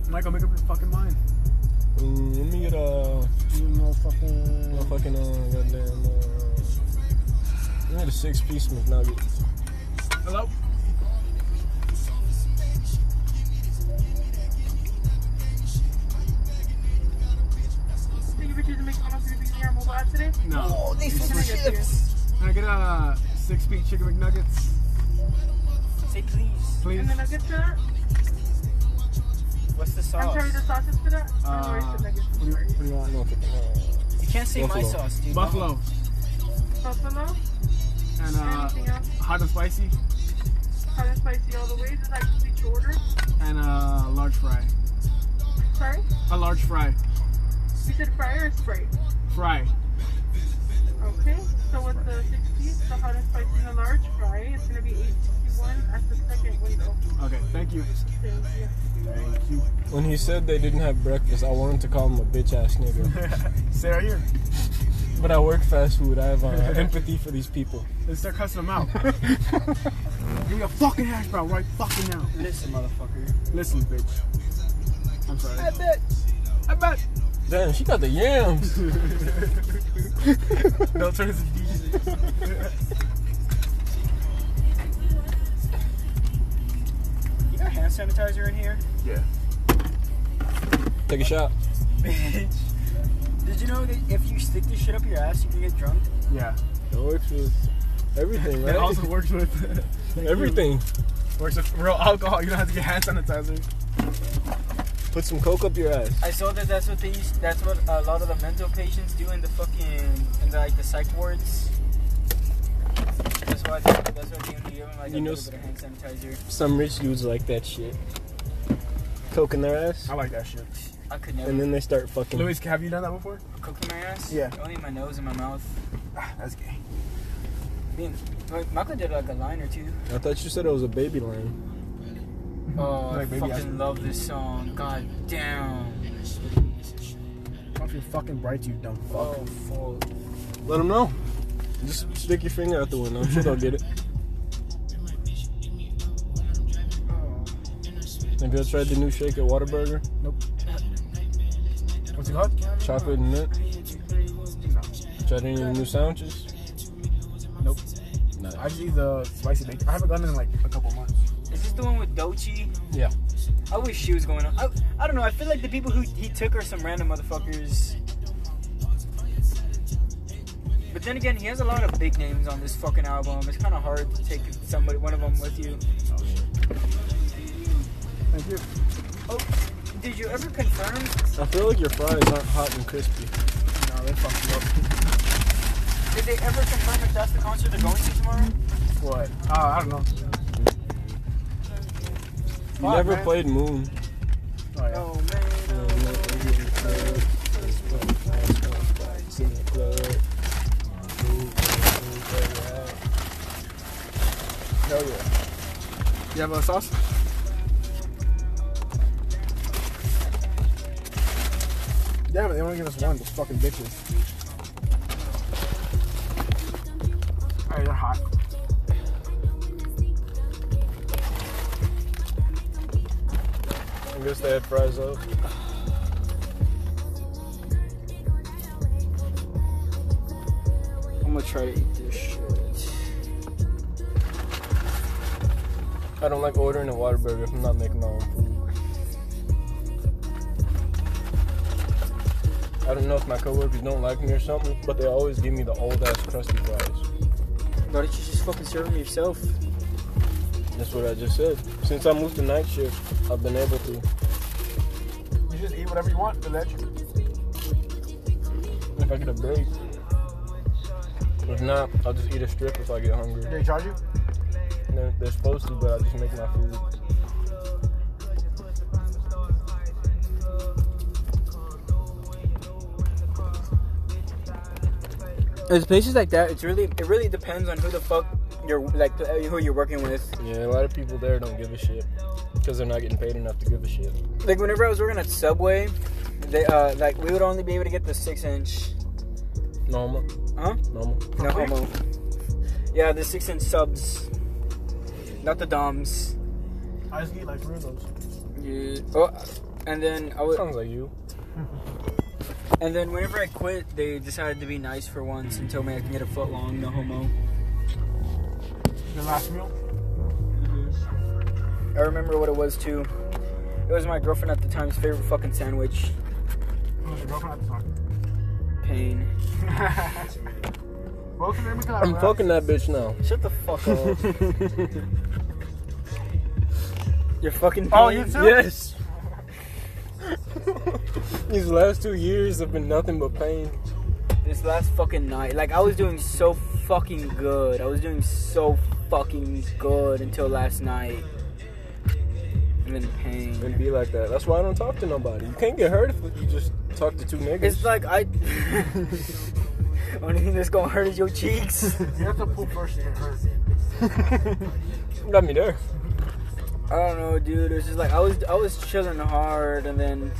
[SPEAKER 3] Michael, make up your fucking mind.
[SPEAKER 2] Mm, let me get a
[SPEAKER 3] You motherfucking.
[SPEAKER 2] motherfucking uh, goddamn. Uh, let me get a six-piece McNugget.
[SPEAKER 3] Hello?
[SPEAKER 4] Thank you for choosing McDonald's as your BTR mobile app today.
[SPEAKER 3] No.
[SPEAKER 1] they
[SPEAKER 4] Can I get chips?
[SPEAKER 3] Can I get a six feet chicken McNuggets,
[SPEAKER 1] Say please.
[SPEAKER 3] please?
[SPEAKER 4] And the nuggets for that?
[SPEAKER 1] What's the
[SPEAKER 4] I'm
[SPEAKER 1] sauce?
[SPEAKER 4] sorry, the sauces for that? Uh, no worries, the nuggets.
[SPEAKER 3] what, do you, what do you want?
[SPEAKER 2] No,
[SPEAKER 1] You can't say my
[SPEAKER 2] Buffalo.
[SPEAKER 1] sauce, dude.
[SPEAKER 3] Buffalo
[SPEAKER 4] Buffalo,
[SPEAKER 3] and uh,
[SPEAKER 4] anything else?
[SPEAKER 3] hot and spicy
[SPEAKER 4] Hot and spicy all the way. It's like sweet order.
[SPEAKER 3] and a large fry.
[SPEAKER 4] Sorry?
[SPEAKER 3] A large fry.
[SPEAKER 4] You said fry or Sprite?
[SPEAKER 3] Fry.
[SPEAKER 4] Okay, so with the six piece, the hot and spicy and the large fry, it's gonna be 861 at the second window.
[SPEAKER 3] Okay, thank you.
[SPEAKER 4] Thank you.
[SPEAKER 3] Thank you.
[SPEAKER 2] When he said they didn't have breakfast, I wanted to call him a bitch ass nigga.
[SPEAKER 3] Stay right here.
[SPEAKER 2] but I work fast food. I have uh, empathy for these people.
[SPEAKER 3] Let's start cussing them out. [laughs] Give me a fucking hash brown right fucking now.
[SPEAKER 1] Listen, motherfucker.
[SPEAKER 3] Listen, bitch. I'm sorry.
[SPEAKER 1] bet.
[SPEAKER 3] I bet.
[SPEAKER 2] Damn, she got the yams.
[SPEAKER 3] Don't turn this into
[SPEAKER 1] You got hand sanitizer in here?
[SPEAKER 3] Yeah.
[SPEAKER 2] Take a shot.
[SPEAKER 1] Bitch. Did you know that if you stick this shit up your ass, you can get drunk?
[SPEAKER 3] Yeah.
[SPEAKER 2] It works with everything,
[SPEAKER 3] It
[SPEAKER 2] right?
[SPEAKER 3] also works with [laughs]
[SPEAKER 2] everything.
[SPEAKER 3] works with real alcohol. You don't have to get hand sanitizer.
[SPEAKER 2] Put some coke up your ass.
[SPEAKER 5] I saw that that's what they used, that's what a lot of the mental patients do in the fucking in the, like the psych wards. That's why that's what they only give them like
[SPEAKER 2] You
[SPEAKER 5] a
[SPEAKER 2] know
[SPEAKER 5] little bit of hand sanitizer.
[SPEAKER 2] Some rich dudes like that shit. Coke in their ass.
[SPEAKER 3] I like that shit.
[SPEAKER 1] Hmm.
[SPEAKER 5] I could never
[SPEAKER 2] And then they start fucking.
[SPEAKER 3] Luis, have you done
[SPEAKER 1] [sighs]
[SPEAKER 3] that before?
[SPEAKER 5] cook in my ass.
[SPEAKER 3] Yeah.
[SPEAKER 5] Only in my nose and my mouth.
[SPEAKER 3] That's gay.
[SPEAKER 5] I mean, like, Michael did like a line or two.
[SPEAKER 2] I thought you said it was a baby line.
[SPEAKER 5] Oh,
[SPEAKER 3] Like,
[SPEAKER 5] I
[SPEAKER 3] maybe
[SPEAKER 5] fucking
[SPEAKER 3] after-
[SPEAKER 5] love this song. God damn.
[SPEAKER 3] Off your fucking bright, you dumb fuck.
[SPEAKER 5] Oh, fuck.
[SPEAKER 2] Let them know. Just stick your finger out the window. I'm sure they'll get it.
[SPEAKER 5] Oh.
[SPEAKER 2] Have you tried the new shake at Whataburger?
[SPEAKER 3] What's it called?
[SPEAKER 2] Chocolate and nut? Tried any of the new sandwiches?
[SPEAKER 3] Nope.
[SPEAKER 2] Nice.
[SPEAKER 3] I just eat the spicy bacon. I haven't done it in like a couple months.
[SPEAKER 5] Is this the one with Dochi?
[SPEAKER 2] Yeah.
[SPEAKER 5] I wish she was going on. I, I don't know. I feel like the people who he took are some random motherfuckers. But then again, he has a lot of big names on this fucking album. It's kind of hard to take somebody, one of them with you.
[SPEAKER 3] Thank you.
[SPEAKER 5] Oh, Did you ever confirm?
[SPEAKER 2] I feel like your fries aren't hot and crispy.
[SPEAKER 3] No, they fucked me
[SPEAKER 5] Did they ever confirm if that's the concert they're going to tomorrow?
[SPEAKER 3] up. What? Uh, I don't know.
[SPEAKER 2] You
[SPEAKER 3] Fuck,
[SPEAKER 2] never
[SPEAKER 3] man.
[SPEAKER 2] played Moon.
[SPEAKER 3] Oh, yeah.
[SPEAKER 5] Oh man.
[SPEAKER 2] Yeah, I'm not gonna give you a club. It's one price, one price in the club. Move, move, move, move,
[SPEAKER 3] Hell yeah. You have a sauce? Yeah, but they only give us one. Those fucking bitches. Alright, they're hot.
[SPEAKER 2] move. I guess they had fries up.
[SPEAKER 5] I'm gonna try to eat this shit.
[SPEAKER 2] I don't like ordering a Whataburger if I'm not making my own food. I don't know if my coworkers don't like me or something, but they always give me the old ass crusty fries.
[SPEAKER 5] Why don't you just fucking serve them yourself?
[SPEAKER 2] That's what I just said. Since I moved to night shift, I've been able to.
[SPEAKER 3] You just eat whatever you want, but that's
[SPEAKER 2] If I get a break. If not, I'll just eat a strip if I get hungry.
[SPEAKER 3] They charge you?
[SPEAKER 2] They're, they're supposed to, but I just make my food.
[SPEAKER 5] It's places like that. It's really it really depends on who the fuck you're like the- who you're working with.
[SPEAKER 2] Yeah, a lot of people there don't give a shit because they're not getting paid enough to give a shit.
[SPEAKER 5] Like whenever I was working at Subway, they uh like we would only be able to get the six inch.
[SPEAKER 2] Normal,
[SPEAKER 5] Huh?
[SPEAKER 2] normal.
[SPEAKER 5] No homo. Yeah, the six inch subs. Not the doms.
[SPEAKER 3] I just eat like three of those.
[SPEAKER 5] Yeah. Oh, and then I would,
[SPEAKER 2] Sounds like you.
[SPEAKER 5] and then whenever I quit, they decided to be nice for once and told me I can get a foot long. No homo.
[SPEAKER 3] Your last meal?
[SPEAKER 5] I remember what it was too. It was my girlfriend at the time's favorite fucking sandwich.
[SPEAKER 3] Oh, your girlfriend at the time.
[SPEAKER 5] Pain.
[SPEAKER 3] [laughs] Both of them because
[SPEAKER 2] I'm fucking that bitch now.
[SPEAKER 5] Shut the fuck up.
[SPEAKER 3] [laughs]
[SPEAKER 5] You're fucking.
[SPEAKER 3] Oh,
[SPEAKER 5] pain.
[SPEAKER 3] you too?
[SPEAKER 2] Yes. [laughs] These last two years have been nothing but pain.
[SPEAKER 5] This last fucking night, like I was doing so fucking good. I was doing so fucking good until last night. I'm in
[SPEAKER 2] And
[SPEAKER 5] pain.
[SPEAKER 2] be like that. That's why I don't talk to nobody. You can't get hurt if you just talk to two niggas.
[SPEAKER 5] It's like I. [laughs] Only thing that's gonna hurt is your cheeks. [laughs]
[SPEAKER 3] You have to poop first to get hurt.
[SPEAKER 2] Not me there.
[SPEAKER 5] I don't know, dude. It was just like I was I was chilling hard, and then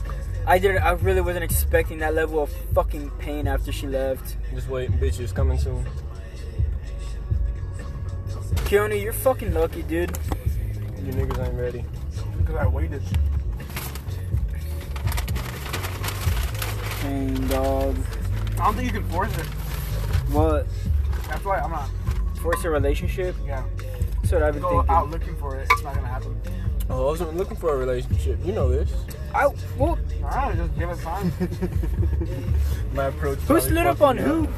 [SPEAKER 5] I didn't. I really wasn't expecting that level of fucking pain after she left.
[SPEAKER 2] Just wait, bitches coming soon.
[SPEAKER 5] Keone, you're fucking lucky, dude.
[SPEAKER 2] You niggas ain't ready.
[SPEAKER 3] Because I waited.
[SPEAKER 5] Pain, dog.
[SPEAKER 3] I don't think you can force it.
[SPEAKER 5] What?
[SPEAKER 3] That's why I'm not.
[SPEAKER 5] Force a relationship?
[SPEAKER 3] Yeah.
[SPEAKER 5] That's what I've been
[SPEAKER 3] Go
[SPEAKER 5] thinking.
[SPEAKER 3] out looking for it. It's not gonna happen.
[SPEAKER 2] Oh, I wasn't looking for a relationship. You know this.
[SPEAKER 5] I, well,
[SPEAKER 3] Alright, just give us time.
[SPEAKER 2] My approach.
[SPEAKER 5] who
[SPEAKER 2] probably
[SPEAKER 5] slid up on
[SPEAKER 2] fucked me
[SPEAKER 5] who?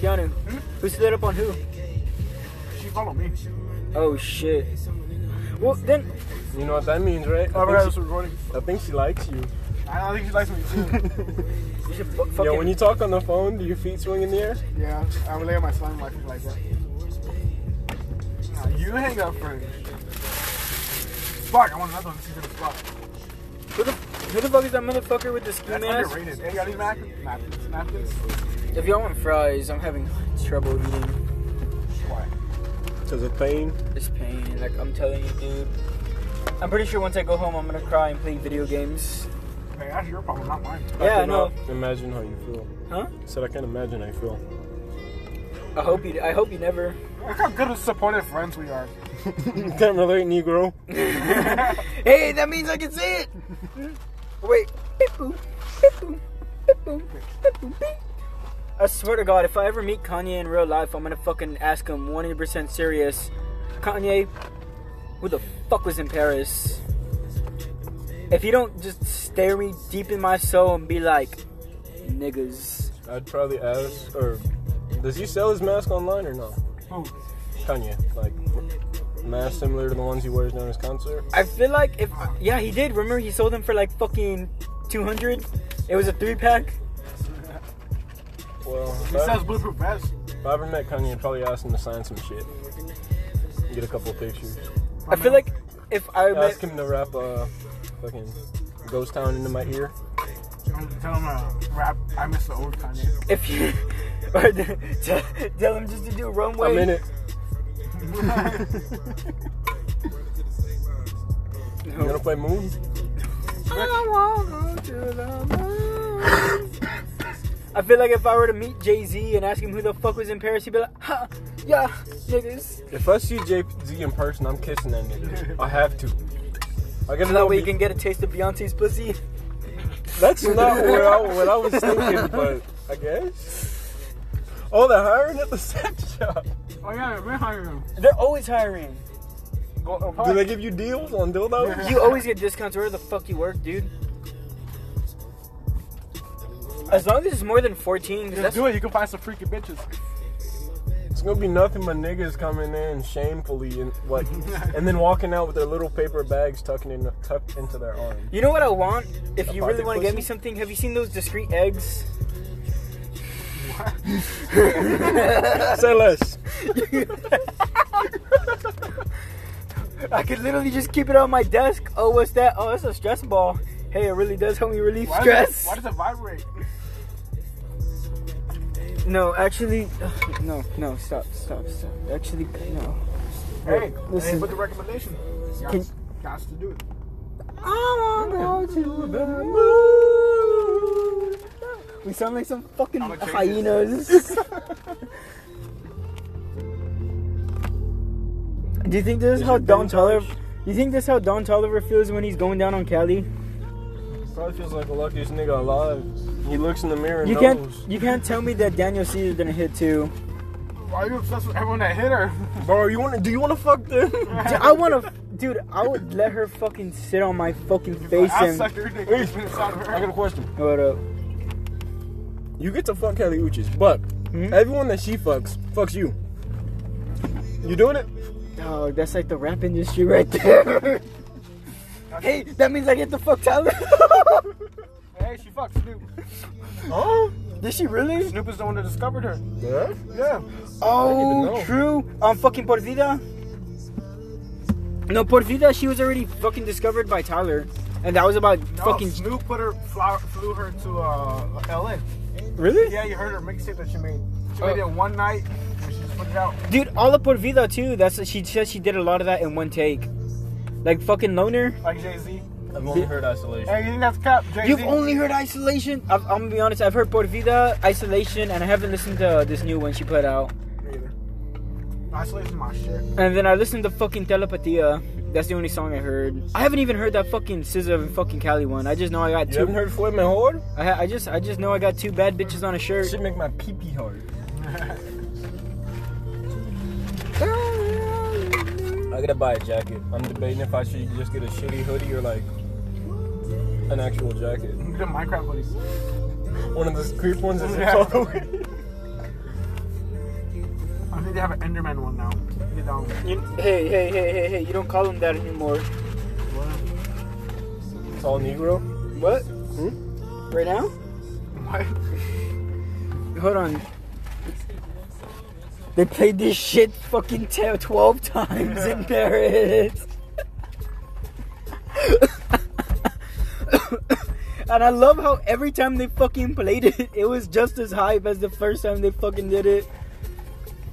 [SPEAKER 5] Keanu,
[SPEAKER 1] Hmm?
[SPEAKER 5] who slid up on who?
[SPEAKER 3] she followed me.
[SPEAKER 5] Oh shit. Well, then,
[SPEAKER 2] You know what that means, right?
[SPEAKER 3] Oh my
[SPEAKER 2] I,
[SPEAKER 3] god,
[SPEAKER 2] think
[SPEAKER 3] this
[SPEAKER 2] she,
[SPEAKER 3] was recording.
[SPEAKER 2] I think she likes you.
[SPEAKER 3] I don't think she likes me too.
[SPEAKER 5] You should bu-
[SPEAKER 2] Yo,
[SPEAKER 5] fucking-
[SPEAKER 2] when you talk on the phone, do your feet swing in the air?
[SPEAKER 3] [laughs] yeah, I'm laying my slime like like that. Nah, you hang up first. Fuck, I want another one. She's gonna spot.
[SPEAKER 5] who, the, who the fuck is that motherfucker with the ski
[SPEAKER 3] That's
[SPEAKER 5] mask?
[SPEAKER 3] underrated. Hey, you got any napkins? Napkins? Napkins?
[SPEAKER 5] If y'all want fries, I'm having trouble eating.
[SPEAKER 3] Why?
[SPEAKER 2] Because of pain.
[SPEAKER 5] It's pain. Like I'm telling you, dude. I'm pretty sure once I go home, I'm gonna cry and play video games.
[SPEAKER 3] Hey, that's your problem, not mine.
[SPEAKER 5] Yeah, I
[SPEAKER 2] I
[SPEAKER 5] know.
[SPEAKER 2] cannot Imagine how you feel.
[SPEAKER 5] Huh?
[SPEAKER 2] I said I can't imagine how you feel. [laughs]
[SPEAKER 5] I hope you. I hope you never.
[SPEAKER 3] Look how good of supportive friends we are.
[SPEAKER 2] can't relate, Negro.
[SPEAKER 5] Hey, that means I can see it. Wait. Beep, boop. Beep, boop. Beep, boop. Beep, boop. Beep. I swear to God, if I ever meet Kanye in real life, I'm gonna fucking ask him 100% serious. Kanye, who the fuck was in Paris? If you don't just stare me deep in my soul and be like, niggas.
[SPEAKER 2] I'd probably ask, or does he sell his mask online or no?
[SPEAKER 3] Who?
[SPEAKER 2] Kanye, like mask similar to the ones he wears during his concert.
[SPEAKER 5] I feel like if yeah, he did. Remember, he sold them for like fucking two hundred. It was a three pack.
[SPEAKER 2] Well, if
[SPEAKER 3] He
[SPEAKER 2] I,
[SPEAKER 3] says bulletproof vest.
[SPEAKER 2] if I ever met Kanye, I'd probably ask him to sign some shit, get a couple pictures,
[SPEAKER 5] I feel like if I
[SPEAKER 2] ask
[SPEAKER 5] met,
[SPEAKER 2] him to rap uh, fucking Ghost Town into my ear.
[SPEAKER 3] Tell him to rap. I miss the old Kanye.
[SPEAKER 5] if you [laughs] or the- tell, tell him just to do runway.
[SPEAKER 2] I'm in
[SPEAKER 5] [laughs]
[SPEAKER 2] it. You gonna play Moon?
[SPEAKER 5] I feel like if I were to meet Jay Z and ask him who the fuck was in Paris, he'd be like, "Ha, yeah, niggas."
[SPEAKER 2] If I see JZ in person, I'm kissing that nigga. I have to. I gotta
[SPEAKER 5] So
[SPEAKER 2] know
[SPEAKER 5] that way you
[SPEAKER 2] be-
[SPEAKER 5] can get a taste of Beyonce's pussy.
[SPEAKER 2] That's not what I, what I was thinking, but I guess. Oh, they're hiring at the sex shop.
[SPEAKER 3] Oh yeah, we're hiring.
[SPEAKER 5] They're always hiring.
[SPEAKER 3] Go, oh,
[SPEAKER 2] Do
[SPEAKER 3] probably-
[SPEAKER 2] they give you deals on dildos?
[SPEAKER 5] [laughs] You always get discounts wherever the fuck you work, dude. As long as it's more than 14, 'cause
[SPEAKER 3] Just
[SPEAKER 5] that's
[SPEAKER 3] do it. You can find some freaky bitches.
[SPEAKER 2] It's gonna be nothing but niggas coming in shamefully and like,
[SPEAKER 5] [laughs]
[SPEAKER 2] and then walking out with their little paper bags tucking in, tucked into their arm.
[SPEAKER 5] You know what I want? If
[SPEAKER 2] A
[SPEAKER 5] you really
[SPEAKER 2] pocket
[SPEAKER 5] want to get
[SPEAKER 2] pussy?
[SPEAKER 5] me something, have you seen those discreet eggs?
[SPEAKER 2] Say less.
[SPEAKER 5] I could literally just keep it on my desk. Oh, what's that? Oh, it's a stress ball. Hey, it really does help me relieve
[SPEAKER 3] Why Does
[SPEAKER 5] stress.
[SPEAKER 3] it, why does it vibrate?
[SPEAKER 5] no, actually, [sighs] ugh, no, no, stop, stop, stop. Actually, no.
[SPEAKER 3] Hey,
[SPEAKER 5] this
[SPEAKER 3] hey,
[SPEAKER 5] is-
[SPEAKER 3] put the recommendation. Got,
[SPEAKER 5] Can-
[SPEAKER 3] got to do it.
[SPEAKER 5] We sound like some fucking
[SPEAKER 3] I'ma change
[SPEAKER 5] hyenas. [laughs] Do you think this is
[SPEAKER 2] Is
[SPEAKER 5] how
[SPEAKER 2] it
[SPEAKER 5] Don
[SPEAKER 2] Ben
[SPEAKER 5] Tolliver?
[SPEAKER 2] Tolish?
[SPEAKER 5] You think this how Don Tolliver feels when he's going down on Cali?
[SPEAKER 2] Probably feels like the luckiest nigga alive. He looks in the mirror and
[SPEAKER 5] You can't.
[SPEAKER 2] knows.
[SPEAKER 5] You can't tell me that Daniel Caesar's gonna hit too.
[SPEAKER 3] Why are you obsessed with everyone that hit her?
[SPEAKER 2] Bro, you wanna? Do you wanna fuck them?
[SPEAKER 5] Dude, I want to. Dude, I would let her fucking sit on my fucking face
[SPEAKER 3] I
[SPEAKER 5] and.
[SPEAKER 3] sucked her dick. It's been inside of
[SPEAKER 2] [laughs] I got
[SPEAKER 3] her.
[SPEAKER 2] a question.
[SPEAKER 5] What up?
[SPEAKER 2] You get to fuck Kelly Uchis, but
[SPEAKER 5] Hmm?
[SPEAKER 2] everyone that she fucks fucks you. You doing it?
[SPEAKER 5] Dog, that's like the rap industry right there. [laughs] hey, that means I get the fuck Tyler.
[SPEAKER 3] Hey, she fucked Snoop.
[SPEAKER 2] Oh,
[SPEAKER 5] Did she really?
[SPEAKER 3] Snoop is the one that discovered her.
[SPEAKER 2] yeah.
[SPEAKER 3] Yeah.
[SPEAKER 2] didn't
[SPEAKER 5] Oh,
[SPEAKER 2] know.
[SPEAKER 5] true. Um, fucking Por Vida. No, Por Vida, she was already fucking discovered by Tyler. And that was about
[SPEAKER 3] No,
[SPEAKER 5] fucking.
[SPEAKER 3] Snoop put her flower, flew her to uh, L.A.
[SPEAKER 5] Really? Oh.
[SPEAKER 3] Yeah, you heard her mixtape that she made. She made it one night and she just put it out.
[SPEAKER 5] Dude, all of Por Vida, too. That's She says she did a lot of that in one take. Like fucking Loner.
[SPEAKER 3] Like Jay Z.
[SPEAKER 2] I've only heard isolation.
[SPEAKER 3] Hey, you think that's cap? Jay Z.
[SPEAKER 5] You've only heard Isolation? I've, I'm gonna be honest, I've heard Por Vida, Isolation, and I haven't listened to this new one she put out.
[SPEAKER 3] Either. Isolation's my shit.
[SPEAKER 5] And then I listened to fucking Telepatia. That's the only song I heard. I haven't even heard that fucking Scissor and fucking Cali one. I just know I got
[SPEAKER 2] You
[SPEAKER 5] two.
[SPEAKER 2] haven't heard Floyd Mahord?
[SPEAKER 5] I, ha- I just I just know I got two bad bitches on a shirt.
[SPEAKER 2] Should make my pee pee
[SPEAKER 5] [laughs]
[SPEAKER 2] hard. I gotta buy a jacket. I'm debating if I should just get a shitty hoodie or like an actual jacket.
[SPEAKER 3] You did Minecraft buddies.
[SPEAKER 2] One of those creep ones that zips
[SPEAKER 3] Yeah.
[SPEAKER 2] all
[SPEAKER 5] [laughs]
[SPEAKER 2] the way.
[SPEAKER 3] I think they have an Enderman one now. Get down.
[SPEAKER 5] You- hey hey hey hey hey! You don't call him that anymore.
[SPEAKER 2] [laughs] Tall Negro.
[SPEAKER 1] What? Right now?
[SPEAKER 3] What?
[SPEAKER 1] Hold on. They played this shit fucking te- 12 times
[SPEAKER 2] [laughs]
[SPEAKER 1] in Paris. and I love how every time they fucking played it, [laughs] it was just as hype as the first time they fucking did it.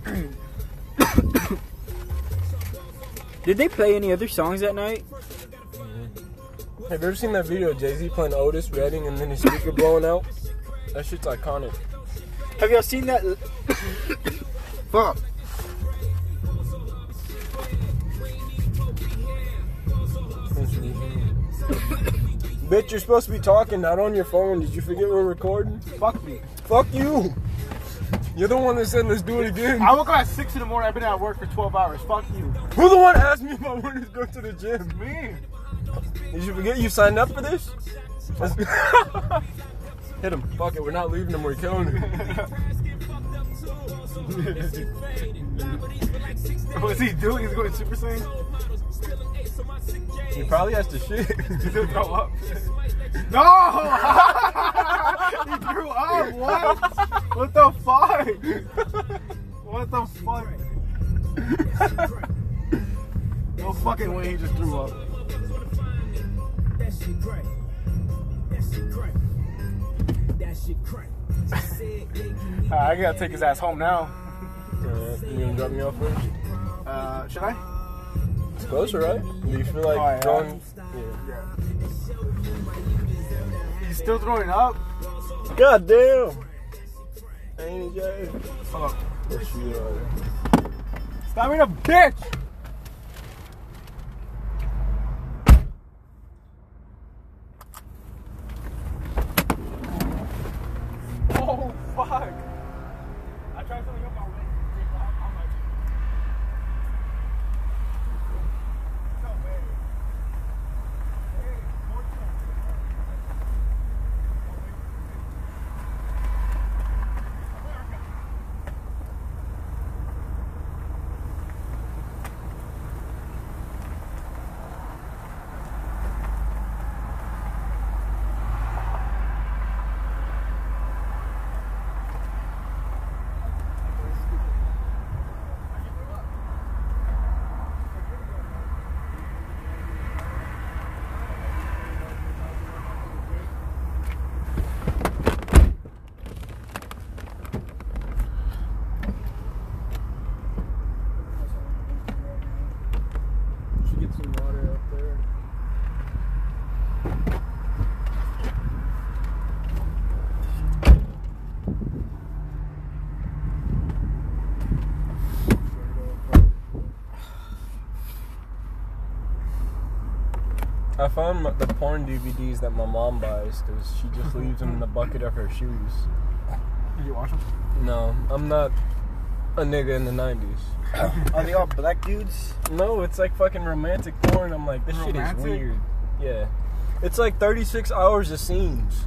[SPEAKER 1] [coughs] did they play any other songs that night?
[SPEAKER 2] Have you ever seen that video of Jay Z playing Otis Redding and then his speaker blowing out? That shit's iconic.
[SPEAKER 1] Have y'all seen that? l-
[SPEAKER 3] Fuck.
[SPEAKER 2] Bitch, you're supposed to be talking, not on your phone. Did you forget we're recording?
[SPEAKER 3] Fuck me.
[SPEAKER 2] Fuck you. You're the one that said let's do it again.
[SPEAKER 3] I woke up at 6 in the morning. I've been at work for 12 hours. Fuck you.
[SPEAKER 2] Who the one asked me if I wanted to go to the gym?
[SPEAKER 3] Me.
[SPEAKER 2] Did you forget you signed up for this? Let's- [laughs] Hit him. Fuck it, we're not leaving him, we're killing him.
[SPEAKER 3] What's he doing? He's going Super Saiyan?
[SPEAKER 2] He probably has to shit. [laughs]
[SPEAKER 3] He's gonna throw up. [laughs] No! he threw up. What? What the fuck? What the fuck? No fucking way he just threw up.
[SPEAKER 6] That shit crack. That shit crack. That shit crack. Said they can
[SPEAKER 3] Alright, I gotta take his ass home now.
[SPEAKER 2] Alright, you gonna drop me off first?
[SPEAKER 3] Uh, should I?
[SPEAKER 2] It's closer, right? Do you feel like
[SPEAKER 3] Oh, yeah.
[SPEAKER 2] going?
[SPEAKER 3] Yeah. He's still throwing up?
[SPEAKER 2] God damn! Ain't it, Jay? uh,
[SPEAKER 3] Fuck.
[SPEAKER 2] Yes, you are.
[SPEAKER 3] Stop being a bitch! Oh, fuck. I tried filling up my way.
[SPEAKER 2] Should get some water out there. I found my- the porn DVDs that my mom buys because she just leaves them in the bucket of her shoes.
[SPEAKER 3] Did you watch him?
[SPEAKER 2] No, I'm not a nigga in the 90s.
[SPEAKER 1] Are Oh, they all black dudes?
[SPEAKER 2] No, it's like fucking romantic porn. I'm like, this
[SPEAKER 3] Romantic?
[SPEAKER 2] shit is weird. Yeah. It's like 36 hours of scenes.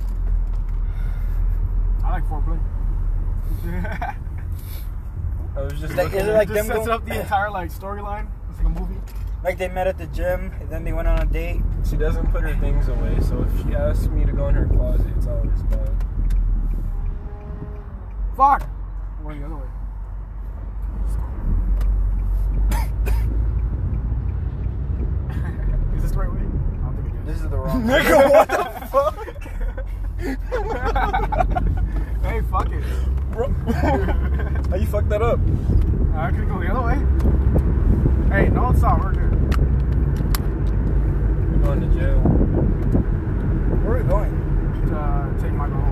[SPEAKER 3] I like foreplay. [laughs]
[SPEAKER 2] I was just
[SPEAKER 1] Like,
[SPEAKER 2] like,
[SPEAKER 1] is it like
[SPEAKER 3] Just
[SPEAKER 1] them
[SPEAKER 3] sets
[SPEAKER 1] going-
[SPEAKER 3] up the entire like storyline. It's like a movie.
[SPEAKER 1] Like they met at the gym and then they went on a date.
[SPEAKER 2] she doesn't put her things away, so if she asks me to go in her closet, it's always bad.
[SPEAKER 3] Fuck. Or the other way. [coughs] Is this the right way? I don't think it is.
[SPEAKER 1] This is the wrong.
[SPEAKER 2] [laughs] Nigga, what the fuck?
[SPEAKER 3] hey, fuck it.
[SPEAKER 1] [laughs]
[SPEAKER 2] Bro. How you fucked that up?
[SPEAKER 3] I could Uh, go the other way. Hey, no, it's not. We're good.
[SPEAKER 2] You're going to jail.
[SPEAKER 1] Where are we going?
[SPEAKER 3] Uh, take Michael home. Oh,